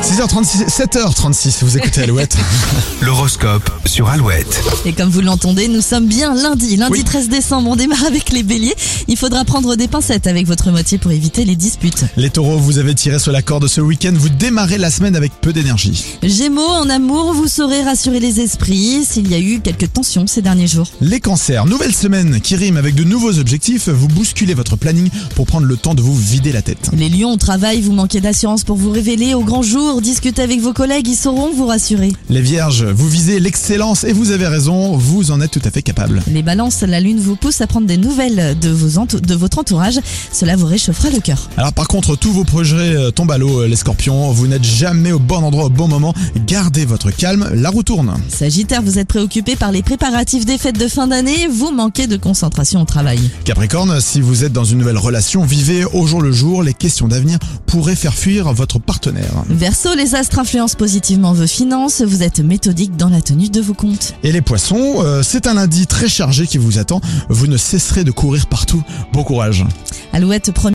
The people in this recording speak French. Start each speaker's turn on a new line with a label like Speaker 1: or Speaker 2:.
Speaker 1: 6h36, 7h36, vous écoutez Alouette.
Speaker 2: L'horoscope sur Alouette.
Speaker 3: Et comme vous l'entendez, nous sommes bien lundi, lundi
Speaker 1: Oui.
Speaker 3: 13 décembre. On démarre avec les béliers. Il faudra prendre des pincettes avec votre moitié pour éviter les disputes.
Speaker 1: Les taureaux, vous avez tiré sur la corde ce week-end, vous démarrez la semaine avec peu d'énergie.
Speaker 3: Gémeaux, en amour, vous saurez rassurer les esprits s'il y a eu quelques tensions ces derniers jours.
Speaker 1: Les cancers, nouvelle semaine qui rime avec de nouveaux objectifs, vous bousculez votre planning pour prendre le temps de vous vider la tête.
Speaker 3: Les lions, au travail, vous manquez d'assurance pour vous révéler au grand jour. Discutez avec vos collègues, ils sauront vous rassurer.
Speaker 1: Les vierges, vous visez l'excellence et vous avez raison, vous en êtes tout à fait capable.
Speaker 3: Les balances, la lune vous pousse à prendre des nouvelles de, vos entou- de votre entourage. Cela vous réchauffera le cœur.
Speaker 1: Alors par contre, tous vos projets euh, tombent à l'eau, euh, les scorpions, vous n'êtes jamais au bon endroit au bon moment, gardez votre calme, la roue tourne.
Speaker 3: Sagittaire, vous êtes préoccupé par les préparatifs des fêtes de fin d'année. Vous manquez de concentration au travail.
Speaker 1: Capricorne, si vous êtes dans une nouvelle relation, vivez au jour le jour, les questions d'avenir pourraient faire fuir votre partenaire.
Speaker 3: Verso, les astres influencent positivement vos finances, vous êtes méthodique dans la tenue de vos comptes.
Speaker 1: Et les poissons, euh, c'est un lundi très chargé qui vous attend, vous ne cesserez de courir partout, bon courage.
Speaker 3: Alouette, première